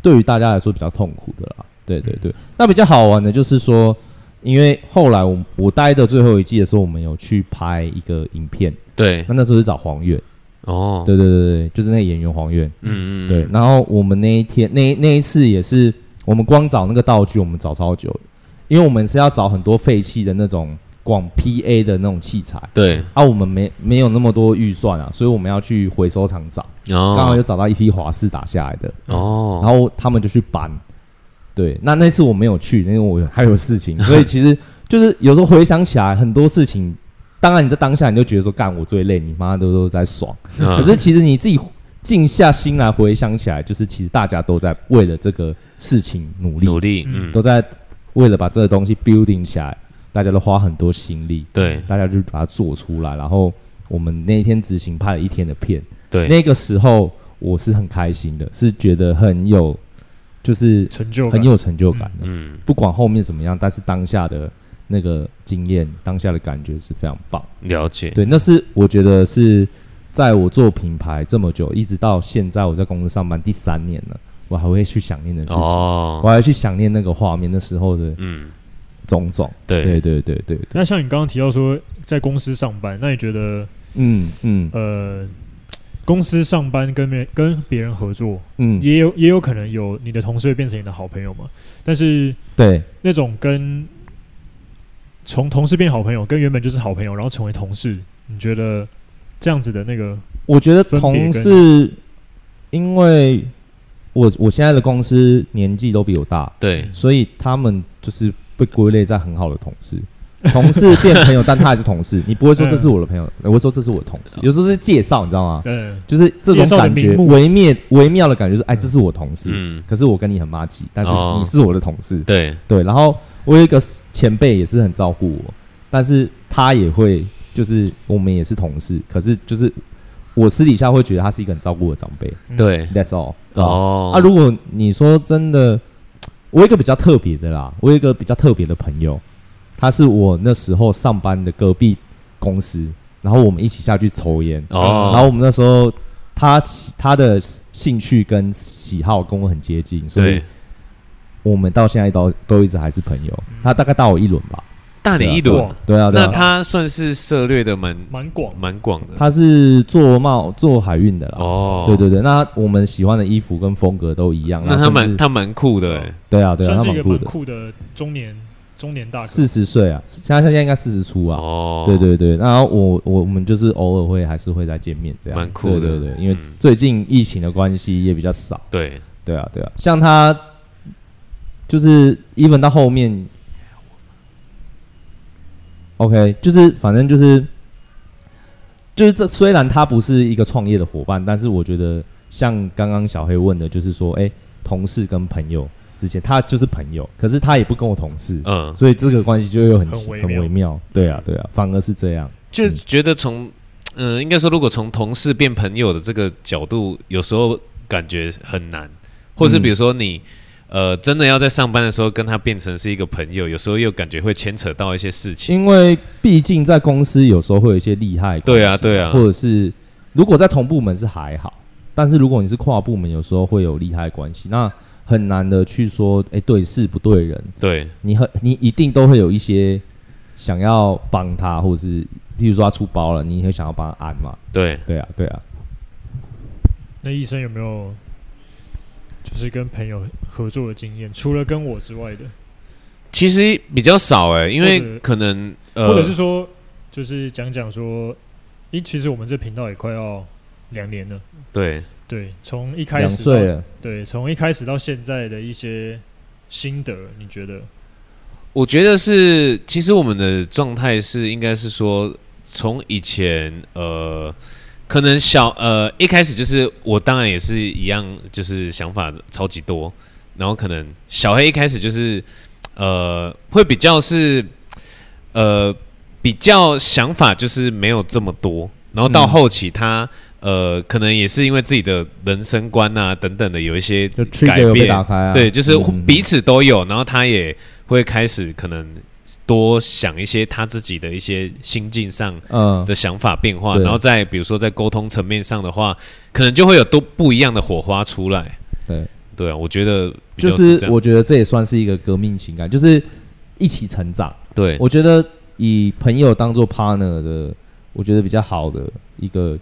Speaker 3: 对于大家来说比较痛苦的啦。对对对，那比较好玩的就是说，因为后来我我待的最后一季的时候，我们有去拍一个影片，
Speaker 1: 对，
Speaker 3: 那那时候是找黄月，
Speaker 1: 哦，
Speaker 3: 对对对对，就是那个演员黄月，
Speaker 1: 嗯嗯，
Speaker 3: 对。然后我们那一天那那一次也是，我们光找那个道具，我们找超久，因为我们是要找很多废弃的那种广 PA 的那种器材。
Speaker 1: 对，
Speaker 3: 啊，我们没没有那么多预算啊，所以我们要去回收厂找，刚、好
Speaker 1: 哦
Speaker 3: 又找到一批华氏打下来的，然
Speaker 1: 哦，
Speaker 3: 后他们就去搬。对，那那次我没有去，因为我还有事情，所以 其实就是有时候回想起来很多事情，当然你在当下你就觉得说干我最累，你妈都都在爽，可
Speaker 1: 可
Speaker 3: 是其实你自己静下心来回想起来，就是其实大家都在为了这个事情努力，
Speaker 1: 努力，嗯，
Speaker 3: 都在为了把这个东西 building 起来，大家都花很多心力，
Speaker 1: 对
Speaker 3: 大家就把它做出来。然后我们那一天执行拍了一天的片，
Speaker 1: 对，
Speaker 3: 那个时候我是很开心的，是觉得很有，就是
Speaker 2: 成就感
Speaker 3: 很有成就感的。
Speaker 1: 嗯，
Speaker 3: 不管后面怎么样，但是当下的那个经验，当下的感觉是非常棒。
Speaker 1: 了解，
Speaker 3: 对，那是我觉得是在我做品牌这么久，一直到现在我在公司上班第三年了，我还会去想念的事情，我
Speaker 1: 哦，
Speaker 3: 还会去想念那个画面，那时候的
Speaker 1: 嗯，
Speaker 3: 种种。对
Speaker 1: 对，
Speaker 3: 对对对，
Speaker 2: 那像你刚刚提到说在公司上班，那你觉得
Speaker 3: 嗯嗯
Speaker 2: 呃，公司上班跟别跟别人合作，
Speaker 3: 嗯，
Speaker 2: 也有也有可能有你的同事会变成你的好朋友嘛？但是
Speaker 3: 对
Speaker 2: 那种跟从同事变好朋友，跟原本就是好朋友，然后成为同事，你觉得这样子的那个
Speaker 3: 我觉得
Speaker 2: 分别
Speaker 3: 同
Speaker 2: 跟
Speaker 3: 事，因为我我现在的公司年纪都比我大，
Speaker 1: 对，
Speaker 3: 所以他们就是被归类在很好的同事。同事变朋 友，但他还是同事。你不会说这是我的朋友，我会说这是我的同事。有时候是介绍，你知道吗？
Speaker 2: 嗯
Speaker 3: 就是这种感
Speaker 2: 介绍的
Speaker 3: 觉，
Speaker 2: 名目
Speaker 3: 微妙微妙的感觉、就是，哎，这是我同事，
Speaker 1: 嗯，
Speaker 3: 可是我跟你很妈鸡，但是
Speaker 1: 哦
Speaker 3: 你是我的同事，
Speaker 1: 对，
Speaker 3: 对。然后我有一个前辈也是很照顾我，但是他也会就是我们也是同事，可是就是我私底下会觉得他是一个很照顾我的长辈
Speaker 2: 嗯
Speaker 1: 对，
Speaker 3: ，That's all 对吧。
Speaker 1: 哦，
Speaker 3: 啊，如果你说真的，我有一个比较特别的啦，我有一个比较特别的朋友，他是我那时候上班的隔壁公司，然后我们一起下去抽烟，
Speaker 1: 哦，
Speaker 3: 然后我们那时候他他的兴趣跟喜好跟我很接近，所以
Speaker 1: 对，
Speaker 3: 我们到现在都都一直还是朋友。他大概大我一轮吧，
Speaker 1: 大你一轮
Speaker 2: 哇，，
Speaker 3: 对啊，对
Speaker 1: 嗯那
Speaker 3: 啊。
Speaker 1: 他算是涉猎的蛮
Speaker 2: 蛮广
Speaker 1: 蛮广的，
Speaker 3: 他是做贸做海运的啦，
Speaker 1: 哦，
Speaker 3: 对对对。那我们喜欢的衣服跟风格都一样，
Speaker 1: 那
Speaker 3: 然
Speaker 1: 他
Speaker 3: 后甚
Speaker 1: 蛮
Speaker 3: 至
Speaker 1: 他蛮酷的欸，
Speaker 3: 对啊对
Speaker 2: 算
Speaker 3: 啊，他
Speaker 2: 是一个
Speaker 3: 蛮酷
Speaker 2: 蛮
Speaker 3: 的，
Speaker 2: 酷的中年中年大哥
Speaker 3: 四，十岁啊，现在现在应该四十出啊，
Speaker 1: 哦，
Speaker 3: 对对对。然后我我我们就是偶尔会还是会再见面这样，
Speaker 1: 蛮酷的
Speaker 3: 对对对，因为
Speaker 1: 嗯
Speaker 3: 最近疫情的关系也比较少。
Speaker 1: 对，
Speaker 3: 对啊，对啊，像他就是 even 到后面，OK，就是反正就是就是这虽然他不是一个创业的伙伴，但是我觉得像刚刚小黑问的，就是说，哎、同事跟朋友之间，他就是朋友，可是他也不跟我同事，
Speaker 1: 嗯，
Speaker 3: 所以这个关系就又很
Speaker 2: 很微
Speaker 3: 很
Speaker 2: 妙
Speaker 3: 微妙。对啊，对啊，反而是这样。
Speaker 1: 就觉得从，嗯，应该说，如果从同事变朋友的这个角度，有时候感觉很难，或
Speaker 3: 嗯
Speaker 1: 是比如说你，呃，真的要在上班的时候跟他变成是一个朋友，有时候又感觉会牵扯到一些事情。
Speaker 3: 因为毕竟在公司有时候会有一些利害关系，
Speaker 1: 对啊对啊
Speaker 3: 或者是如果在同部门是还好，但是如果你是跨部门，有时候会有利害关系，那很难的去说，哎、对事不对人，
Speaker 1: 对，
Speaker 3: 你很你一定都会有一些想要帮他，或者是譬如说他出包了，你会想要帮他安嘛？
Speaker 1: 对，
Speaker 3: 对啊，对啊，
Speaker 2: 那医生有没有就是跟朋友合作的经验？除了跟我之外的，
Speaker 1: 其实比较少哎、因
Speaker 2: 或者
Speaker 1: 为可能呃，
Speaker 2: 或者是说，就是讲讲说，咦，其实我们这频道也快要两年了，
Speaker 1: 对，
Speaker 2: 对，从一开
Speaker 3: 两
Speaker 2: 始哦
Speaker 3: 岁
Speaker 2: 到
Speaker 3: 了，
Speaker 2: 对，从一开始到现在的一些心得，你觉得？
Speaker 1: 我觉得是，其实我们的状态是，应该是说，从以前呃，可能小呃一开始就是我当然也是一样，就是想法超级多，然后可能小黑一开始就是呃会比较是呃比较想法就是没有这么多，然后到后期他、呃，可能也是因为自己的人生观啊等等的有一些
Speaker 3: 就
Speaker 1: 改
Speaker 3: trigger 有被
Speaker 1: 变，
Speaker 3: 打开啊，
Speaker 1: 对，就是
Speaker 3: 嗯嗯嗯
Speaker 1: 彼此都有，然后他也会开始可能多想一些他自己的一些心境上
Speaker 3: 嗯
Speaker 1: 的想法变化，
Speaker 3: 对
Speaker 1: 然后再比如说在沟通层面上的话，可能就会有都不一样的火花出来。
Speaker 3: 对，
Speaker 1: 对啊，我觉得比较
Speaker 3: 就是
Speaker 1: 这
Speaker 3: 是
Speaker 1: 样
Speaker 3: 我觉得这也算是一个革命情感，就是一起成长。
Speaker 1: 对
Speaker 3: 我觉得以朋友当做 partner 的，我觉得比较好的一个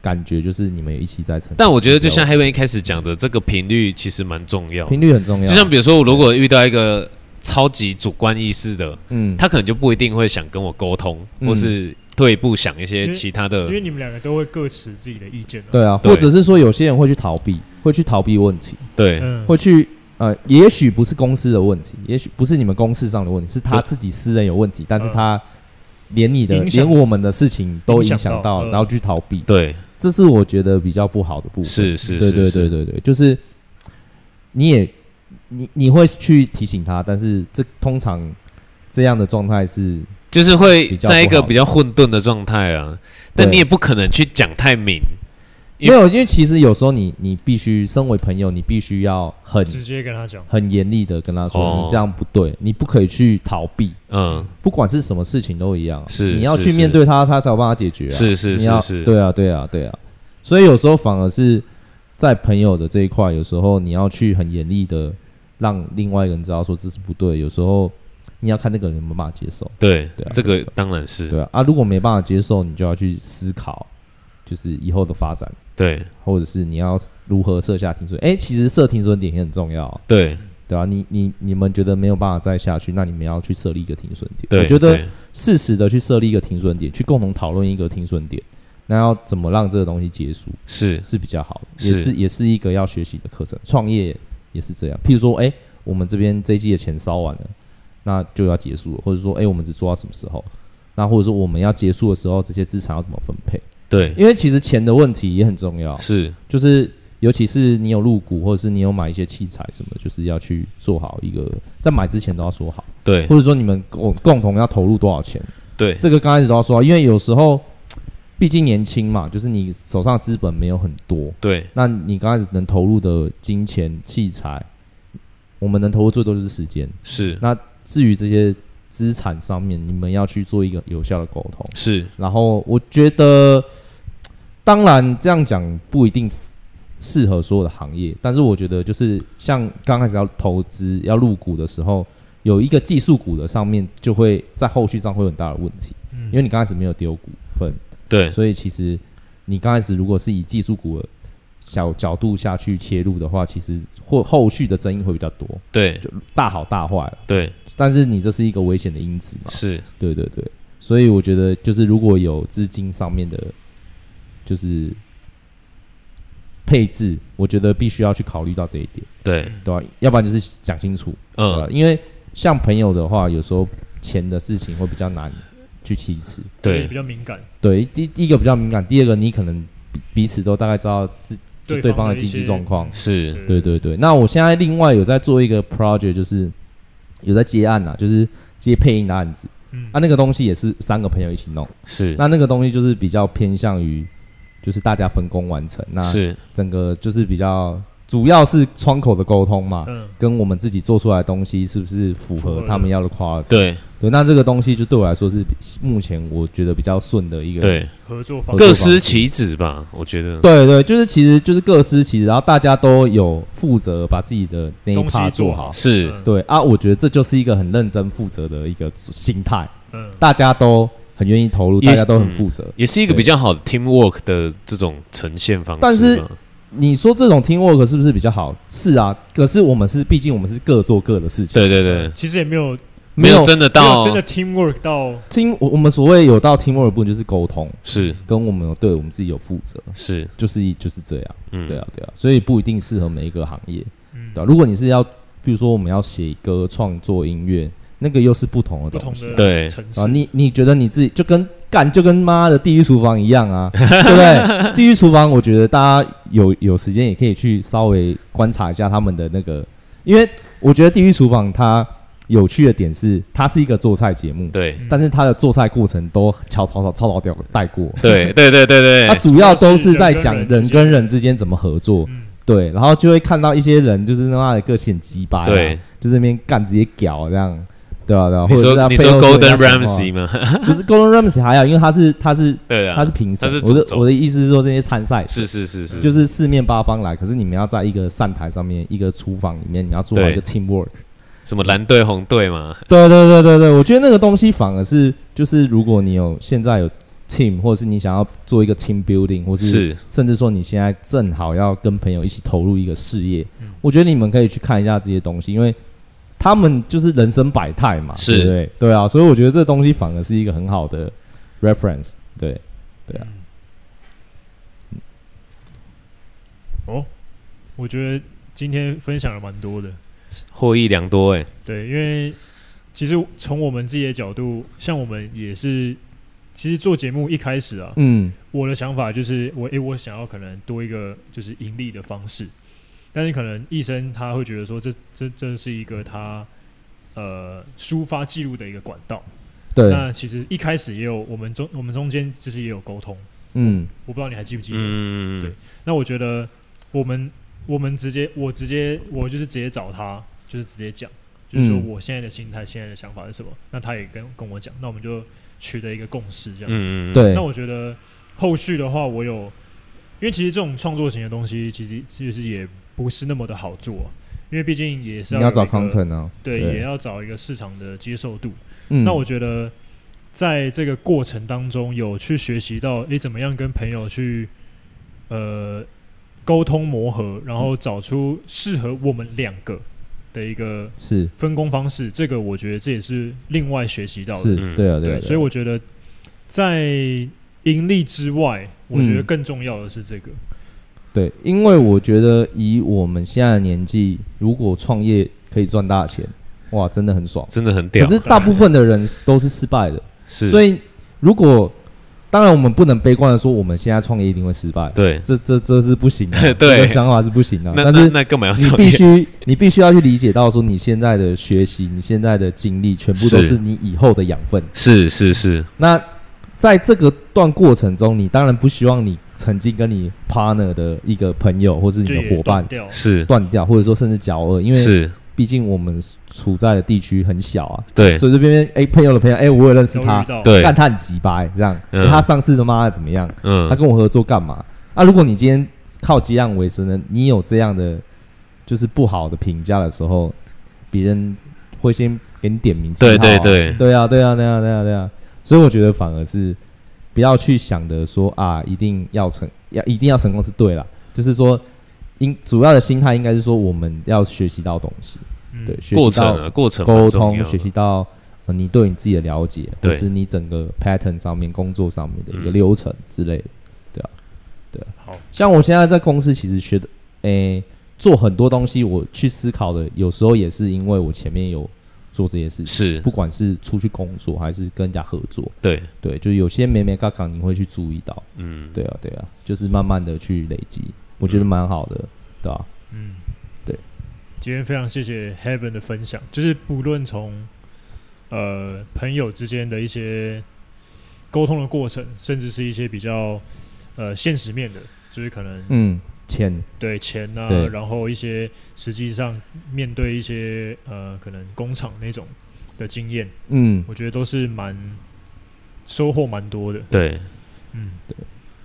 Speaker 3: 感觉就是你们一起在成长。
Speaker 1: 但我觉得就像黑文一开始讲的，这个频率其实蛮重要。
Speaker 3: 啊频率很重要，
Speaker 1: 就像比如说，我如果遇到一个超级主观意识的，
Speaker 3: 嗯，
Speaker 1: 他可能就不一定会想跟我沟通，
Speaker 3: 嗯
Speaker 1: 或是退一步想一些其他的
Speaker 2: 因。为你们两个都会各持自己的意见、啊。，
Speaker 3: 呃对啊，
Speaker 1: 对
Speaker 3: 或者是说有些人会去逃避，会去逃避问题，
Speaker 1: 对，
Speaker 2: 嗯，
Speaker 3: 会去呃，也许不是公司的问题，也许不是你们公司上的问题，是他
Speaker 1: 对
Speaker 3: 自己私人有问题，但是
Speaker 2: 嗯
Speaker 3: 他连你的
Speaker 2: 影响
Speaker 3: 连我们的事情都影
Speaker 2: 影响
Speaker 3: 响
Speaker 2: 到
Speaker 3: 到，
Speaker 2: 嗯
Speaker 3: 然后去逃避，
Speaker 1: 对，
Speaker 3: 这是我觉得比较不好的部分。
Speaker 1: 是是
Speaker 3: 对
Speaker 1: 是
Speaker 3: 对对
Speaker 1: 是，
Speaker 3: 对对，就是你也你你会去提醒他，但是这通常这样的状态是，
Speaker 1: 就是会
Speaker 3: 比较
Speaker 1: 在一个
Speaker 3: 不好
Speaker 1: 比较混沌的状态啊。但
Speaker 3: 对
Speaker 1: 你也不可能去讲太明，因
Speaker 3: 没有，因为其实有时候你你必须身为朋友，你必须要很
Speaker 2: 直接跟他讲。
Speaker 3: 很严厉的跟他说，
Speaker 1: 哦
Speaker 3: 你这样不对，你不可以去逃避，
Speaker 1: 嗯，
Speaker 3: 不管是什么事情都一样啊、
Speaker 1: 是
Speaker 3: 你要
Speaker 1: 是
Speaker 3: 去
Speaker 1: 是
Speaker 3: 面对他，他才有办法解决、啊。
Speaker 1: 是是
Speaker 3: 你要
Speaker 1: 是是，
Speaker 3: 对啊，对啊，对啊。所以有时候反而是在朋友的这一块，有时候你要去很严厉的让另外一个人知道说这是不对，有时候你要看那个人有没有办法接受，
Speaker 1: 对
Speaker 3: 对啊，
Speaker 1: 这个当然是
Speaker 3: 对啊。啊，如果没办法接受，你就要去思考，就是以后的发展，
Speaker 1: 对
Speaker 3: 或者是你要如何设下停损。哎，其实设停损点也很重要啊、
Speaker 1: 对
Speaker 3: 对啊，你你你们觉得没有办法再下去，那你们要去设立一个停损点。
Speaker 1: 对，
Speaker 3: 我觉得
Speaker 1: 对
Speaker 3: 适时的去设立一个停损点，去共同讨论一个停损点，那要怎么让这个东西结束
Speaker 1: 是
Speaker 3: 是比较好的，
Speaker 1: 是
Speaker 3: 也是也是一个要学习的课程。创业也是这样，譬如说，哎、我们这边这一季的钱烧完了，那就要结束了，或者说，哎、我们只做到什么时候？那或者说我们要结束的时候，这些资产要怎么分配？
Speaker 1: 对
Speaker 3: 因为其实钱的问题也很重要，
Speaker 1: 嗯是
Speaker 3: 就是尤其是你有入股，或者是你有买一些器材什么的，就是要去做好一个，在买之前都要说好，
Speaker 1: 对
Speaker 3: 或者说你们共共同要投入多少钱，
Speaker 1: 对
Speaker 3: 这个刚开始都要说，因为有时候毕竟年轻嘛，就是你手上的资本没有很多，
Speaker 1: 对
Speaker 3: 那你刚开始能投入的金钱、器材，我们能投入最多就是时间。
Speaker 1: 是
Speaker 3: 那至于这些资产上面，你们要去做一个有效的沟通。
Speaker 1: 是
Speaker 3: 然后我觉得，当然这样讲不一定适合所有的行业，但是我觉得就是像刚开始要投资、要入股的时候，有一个技术股的上面就会在后续上会有很大的问题，
Speaker 2: 嗯
Speaker 3: 因为你刚开始没有丢股份，
Speaker 1: 对
Speaker 3: 所以其实你刚开始如果是以技术股的小角度下去切入的话，其实或后续的争议会比较多，
Speaker 1: 对
Speaker 3: 大好大坏了
Speaker 1: 对
Speaker 3: 但是你这是一个危险的因子嘛，
Speaker 1: 是
Speaker 3: 对对对，所以我觉得就是如果有资金上面的，就是配置，我觉得必须要去考虑到这一点，
Speaker 1: 对
Speaker 3: 对吧、要不然就是讲清楚，对啊吧
Speaker 1: 嗯
Speaker 3: 因为像朋友的话，有时候钱的事情会比较难去启齿，
Speaker 1: 对
Speaker 2: 比较敏感，
Speaker 3: 对，第第一个比较敏感，第二个你可能彼彼此都大概知道自就对方的
Speaker 2: 一
Speaker 3: 经济
Speaker 2: 些
Speaker 3: 状况，
Speaker 1: 是
Speaker 3: 对对对，那我现在另外有在做一个 project，就是有在接案呐、啊，就是接配音的案子。
Speaker 2: 嗯
Speaker 3: 啊，那个东西也是三个朋友一起弄，
Speaker 1: 是
Speaker 3: 那那个东西就是比较偏向于，就是大家分工完成。那
Speaker 1: 是
Speaker 3: 整个就是比较主要是窗口的沟通嘛，
Speaker 2: 嗯，
Speaker 3: 跟我们自己做出来的东西是不是符
Speaker 2: 符
Speaker 3: 合
Speaker 2: 合
Speaker 3: 他们要的 quality？
Speaker 1: 对
Speaker 3: 对，那这个东西就对我来说是比目前我觉得比较顺的一个。
Speaker 1: 对
Speaker 2: 合作方
Speaker 1: 各
Speaker 3: 合作
Speaker 1: 司其职吧，我觉得
Speaker 3: 对对，就是其实就是各司其职，然后大家都有负责把自己的那一
Speaker 2: 东西
Speaker 3: part 做
Speaker 2: 好
Speaker 3: 好。
Speaker 1: 是
Speaker 2: 嗯
Speaker 3: 对啊，我觉得这就是一个很认真负责的一个心态，
Speaker 2: 嗯，
Speaker 3: 大家都很愿意投入，
Speaker 1: 也
Speaker 3: 大
Speaker 1: 是嗯
Speaker 3: 家都很负责。
Speaker 1: 也是一个
Speaker 3: 对
Speaker 1: 比较好的 team work 的这种呈现方式吧。
Speaker 3: 但是你说这种 team work 是不是比较好？是啊，可是我们是毕竟我们是各做各的事情，
Speaker 1: 对对对，
Speaker 2: 其实也没有
Speaker 1: 没有真的
Speaker 2: 没有
Speaker 1: 到
Speaker 2: 真的 teamwork 到
Speaker 3: team 我我们所谓有到 team work 的部分就是沟通，
Speaker 1: 是
Speaker 3: 跟我们有对我们自己有负责，
Speaker 1: 是
Speaker 3: 就是就是这样，
Speaker 1: 嗯
Speaker 3: 对啊对啊，所以不一定适合每一个行业，
Speaker 2: 嗯
Speaker 3: 对啊，如果你是要，比如说我们要写歌、创作音乐，那个又是不同
Speaker 2: 不
Speaker 3: 的
Speaker 2: 同
Speaker 3: 东西。
Speaker 2: 的
Speaker 1: 对
Speaker 2: 城市
Speaker 3: 啊，你你觉得你自己就跟干就跟妈的地狱厨房一样 啊，对不对？地狱厨房，我觉得大家有有时间也可以去稍微观察一下他们的那个，因为我觉得地狱厨房它有趣的点是，它是一个做菜节目，
Speaker 1: 对
Speaker 2: 嗯
Speaker 3: 但是它的做菜过程都超超超超老屌带过，
Speaker 1: 对对对对
Speaker 3: 它
Speaker 1: 对，
Speaker 3: 主要都是在讲
Speaker 2: 主要
Speaker 3: 人
Speaker 2: 是人跟人之间
Speaker 3: 跟人之间怎么合作，
Speaker 2: 嗯，
Speaker 3: 对，然后就会看到一些人就是他妈的啊个性鸡巴，
Speaker 1: 对，
Speaker 3: 就是那边干直接屌这样，对啊对啊，
Speaker 1: 你
Speaker 3: 或者是
Speaker 1: 说
Speaker 3: 他
Speaker 1: 你
Speaker 3: 背
Speaker 1: 说
Speaker 3: 后说人
Speaker 1: Golden
Speaker 3: 家讲话
Speaker 1: Ramsey 吗？
Speaker 3: 不是 Golden Ramsey 还好，因为他是他是
Speaker 1: 对
Speaker 3: 他
Speaker 1: 啊
Speaker 3: 是，评审
Speaker 1: 他是，
Speaker 3: 我
Speaker 1: 主
Speaker 3: 的
Speaker 1: 轴
Speaker 3: 我的意思是说这些参赛
Speaker 1: 是是是是，
Speaker 3: 就是四面八方来，可是你们要在一个散台上面，一个厨房里面，你要做好一个 teamwork。
Speaker 1: 什么蓝队红队嘛，
Speaker 3: 对对对对对，我觉得那个东西反而是就是如果你有现在有 team，或者是你想要做一个 team building，或是
Speaker 1: 是
Speaker 3: 甚至说你现在正好要跟朋友一起投入一个事业
Speaker 2: 嗯，
Speaker 3: 我觉得你们可以去看一下这些东西，因为他们就是人生百态嘛，
Speaker 1: 是
Speaker 3: 对不对对啊，所以我觉得这东西反而是一个很好的 reference。对，对啊
Speaker 2: 嗯。哦，我觉得今天分享了蛮多的，
Speaker 1: 获益良多哎，
Speaker 2: 对，因为其实从我们自己的角度，像我们也是，其实做节目一开始啊，
Speaker 3: 嗯，
Speaker 2: 我的想法就是我，诶、我想要可能多一个就是盈利的方式，但是可能医生他会觉得说这，这这是一个他呃抒发记录的一个管道。
Speaker 3: 对，
Speaker 2: 那其实一开始也有我们中我们中间就是也有沟通，
Speaker 3: 嗯，
Speaker 2: 我不知道你还记不记得？对
Speaker 1: 嗯，
Speaker 2: 那我觉得我们我们直接我直接我就是直接找他，就是直接讲，就是说
Speaker 3: 嗯
Speaker 2: 我现在的心态、现在的想法是什么，那他也跟跟我讲，那我们就取得一个共识这样子。
Speaker 1: 嗯，
Speaker 3: 对
Speaker 2: 那。我觉得后续的话，我有，因为其实这种创作型的东西，其实其实也不是那么的好做、因为毕竟也是
Speaker 3: 你
Speaker 2: 要
Speaker 3: 要找
Speaker 2: 有一个
Speaker 3: content 啊，
Speaker 2: 对，
Speaker 3: 对
Speaker 2: 也要找一个市场的接受度。
Speaker 3: 嗯
Speaker 2: 那我觉得在这个过程当中，有去学习到诶怎么样跟朋友去呃沟通磨合，然
Speaker 3: 嗯
Speaker 2: 后找出适合我们两个的一个
Speaker 3: 是
Speaker 2: 分工方式。这个我觉得这也是另外学习到的。
Speaker 3: 是，
Speaker 1: 嗯
Speaker 3: 对啊，啊，
Speaker 2: 对，所以我觉得在盈利之外，我觉得
Speaker 3: 嗯
Speaker 2: 更重要的是这个。
Speaker 3: 对，因为我觉得以我们现在的年纪，如果创业可以赚大钱，哇，真的很爽。
Speaker 1: 真的很
Speaker 3: 可
Speaker 1: 屌，
Speaker 3: 是大部分的人都是失败的，
Speaker 1: 是，
Speaker 3: 所
Speaker 1: 以
Speaker 3: 以如果当然我们不能悲观的说我们现在创业一定会失败，
Speaker 1: 对，
Speaker 3: 这这这是不行的，
Speaker 1: 对
Speaker 3: 这个想法是不行的。
Speaker 1: 那
Speaker 3: 啊但
Speaker 1: 那
Speaker 3: 是
Speaker 1: 那干嘛要
Speaker 3: 你
Speaker 1: 创
Speaker 3: 必
Speaker 1: 业？
Speaker 3: 须你必须要去理解到说你现在的学习，你现在的经历，全部都
Speaker 1: 是
Speaker 3: 是你以后的养分。
Speaker 1: 是是是，
Speaker 3: 那在这个段过程中，你当然不希望你曾经跟你 partner 的一个朋友或是你
Speaker 2: 就
Speaker 3: 的
Speaker 2: 也
Speaker 3: 伙伴
Speaker 2: 断掉，
Speaker 1: 是
Speaker 3: 断掉，或者说甚至交恶，因为
Speaker 1: 是，
Speaker 3: 毕竟我们处在的地区很小啊，
Speaker 1: 对
Speaker 3: 随随便便哎、朋友的朋友哎、我也认识
Speaker 2: 都
Speaker 3: 他
Speaker 2: 遇，到
Speaker 1: 对
Speaker 3: 但他很急掰、这样，
Speaker 1: 嗯
Speaker 3: 他上次他妈的怎么样？他
Speaker 1: 嗯，
Speaker 3: 跟我合作干嘛？啊，如果你今天靠接案为生呢，你有这样的就是不好的评价的时候，别人会先给你点名、记
Speaker 1: 对
Speaker 3: 号
Speaker 1: 对
Speaker 3: 啊
Speaker 1: 对，
Speaker 3: 对啊，对啊，对啊，对啊，对啊。所以我觉得反而是不要去想的说啊，一定要成，要一定要成功是对啦。就是说，应主要的心态应该是说，我们要学习到东西，
Speaker 2: 嗯
Speaker 3: 对，学
Speaker 1: 过
Speaker 3: 习
Speaker 1: 程
Speaker 3: 到
Speaker 1: 啊，过程蛮
Speaker 3: 沟
Speaker 1: 重
Speaker 3: 通，
Speaker 1: 要
Speaker 3: 学
Speaker 1: 的
Speaker 3: 习到、呃你对你自己的了解，或
Speaker 1: 对
Speaker 3: 是你整个 pattern 上面工作上面的一个
Speaker 1: 嗯
Speaker 3: 流程之类的，对啊，对啊。
Speaker 2: 好，
Speaker 3: 像我现在在公司其实学的，诶、做很多东西，我去思考的，有时候也是因为我前面有做这些事情。
Speaker 1: 是
Speaker 3: 不，管是出去工作还是跟人家合作，
Speaker 1: 对，
Speaker 3: 对，就是有些美美嘎嘎你会去注意到，
Speaker 1: 嗯，
Speaker 3: 对啊，对啊，就是慢慢的去累积，我觉得蛮好的，对啊吧、
Speaker 2: 嗯，
Speaker 3: 对。
Speaker 2: 今天非常谢谢 Heaven 的分享，就是不论从呃朋友之间的一些沟通的过程，甚至是一些比较呃现实面的，就是可能
Speaker 3: 嗯，钱，
Speaker 2: 对钱啊，
Speaker 3: 对
Speaker 2: 然后一些实际上面对一些呃可能工厂那种的经验，
Speaker 3: 嗯，
Speaker 2: 我觉得都是蛮收获蛮多的。
Speaker 1: 对，
Speaker 2: 嗯，对。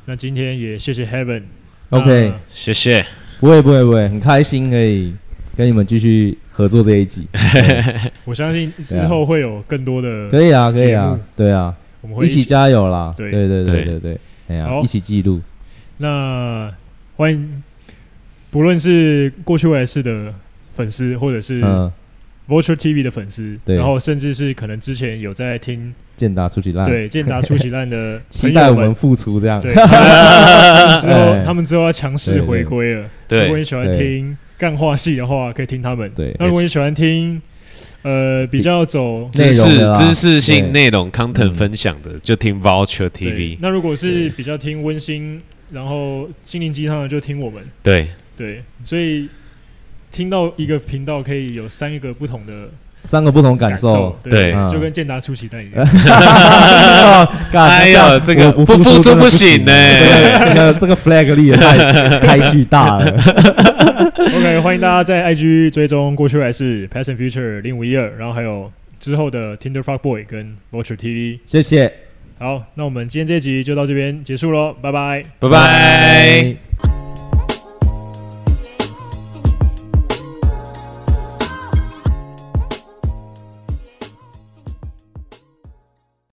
Speaker 2: 那今天也谢谢 Heaven。
Speaker 3: OK
Speaker 2: 那
Speaker 1: 谢谢，
Speaker 3: 不会不会不会，很开心可以跟你们继续合作这一集，对啊
Speaker 2: 我相信之后会有更多的，
Speaker 3: 可以啊，可以
Speaker 2: 节
Speaker 3: 啊
Speaker 2: 目，
Speaker 3: 对啊，
Speaker 2: 我们会
Speaker 3: 一起加油啦，
Speaker 2: 对
Speaker 3: 对对对
Speaker 1: 对
Speaker 3: 对对，哎呀
Speaker 2: 好，
Speaker 3: 一起记录，
Speaker 2: 那欢迎，不论是过去未来式的粉丝，或者是
Speaker 3: 嗯，
Speaker 2: Virtual TV 的粉丝，
Speaker 3: 对
Speaker 2: 然后甚至是可能之前有在听
Speaker 3: 健达出去烂，，
Speaker 2: 对健达出奇烂的
Speaker 3: 啊 期
Speaker 2: 朋
Speaker 3: 待
Speaker 2: 友
Speaker 3: 我们付出这样，
Speaker 2: 对，他们之
Speaker 3: 哎
Speaker 2: 后他们之后要强势回归了。如果
Speaker 1: 对
Speaker 2: 你喜欢
Speaker 3: 对
Speaker 2: 听干话系的话，可以听他们。
Speaker 3: 对
Speaker 2: 那如果你喜欢听呃比较走
Speaker 3: 内
Speaker 1: 知
Speaker 3: 容的
Speaker 1: 识
Speaker 3: 啦
Speaker 1: 知识
Speaker 3: 对
Speaker 1: 性内容 content
Speaker 3: 嗯
Speaker 1: 分享的，就听 Vulture
Speaker 2: 对
Speaker 1: TV，
Speaker 2: 那如果是比较听温馨，然后心灵鸡汤的就听我们。
Speaker 1: 对，
Speaker 2: 对，所以听到一个频道可以有三个不同的
Speaker 3: 三个不同感
Speaker 2: 感受
Speaker 3: 受。，
Speaker 1: 对
Speaker 3: 嗯
Speaker 2: 就跟健达出奇蛋一样。
Speaker 3: 干
Speaker 1: 哎
Speaker 3: 这
Speaker 1: 呦，
Speaker 3: 样
Speaker 1: 这个不
Speaker 3: 我付
Speaker 1: 付
Speaker 3: 出
Speaker 1: 出
Speaker 3: 真的
Speaker 1: 不
Speaker 3: 不
Speaker 1: 行呢、
Speaker 3: 这个这个 flag 立的太太巨大了。
Speaker 2: OK，欢迎大家在 IG 追踪过去未来是 Past and Future 零五一二，然后还有之后的 Tinder Fuck Boy 跟 Vulture TV。
Speaker 3: 谢谢，
Speaker 2: 好，那我们今天这一集就到这边结束喽，拜拜。
Speaker 1: 拜拜。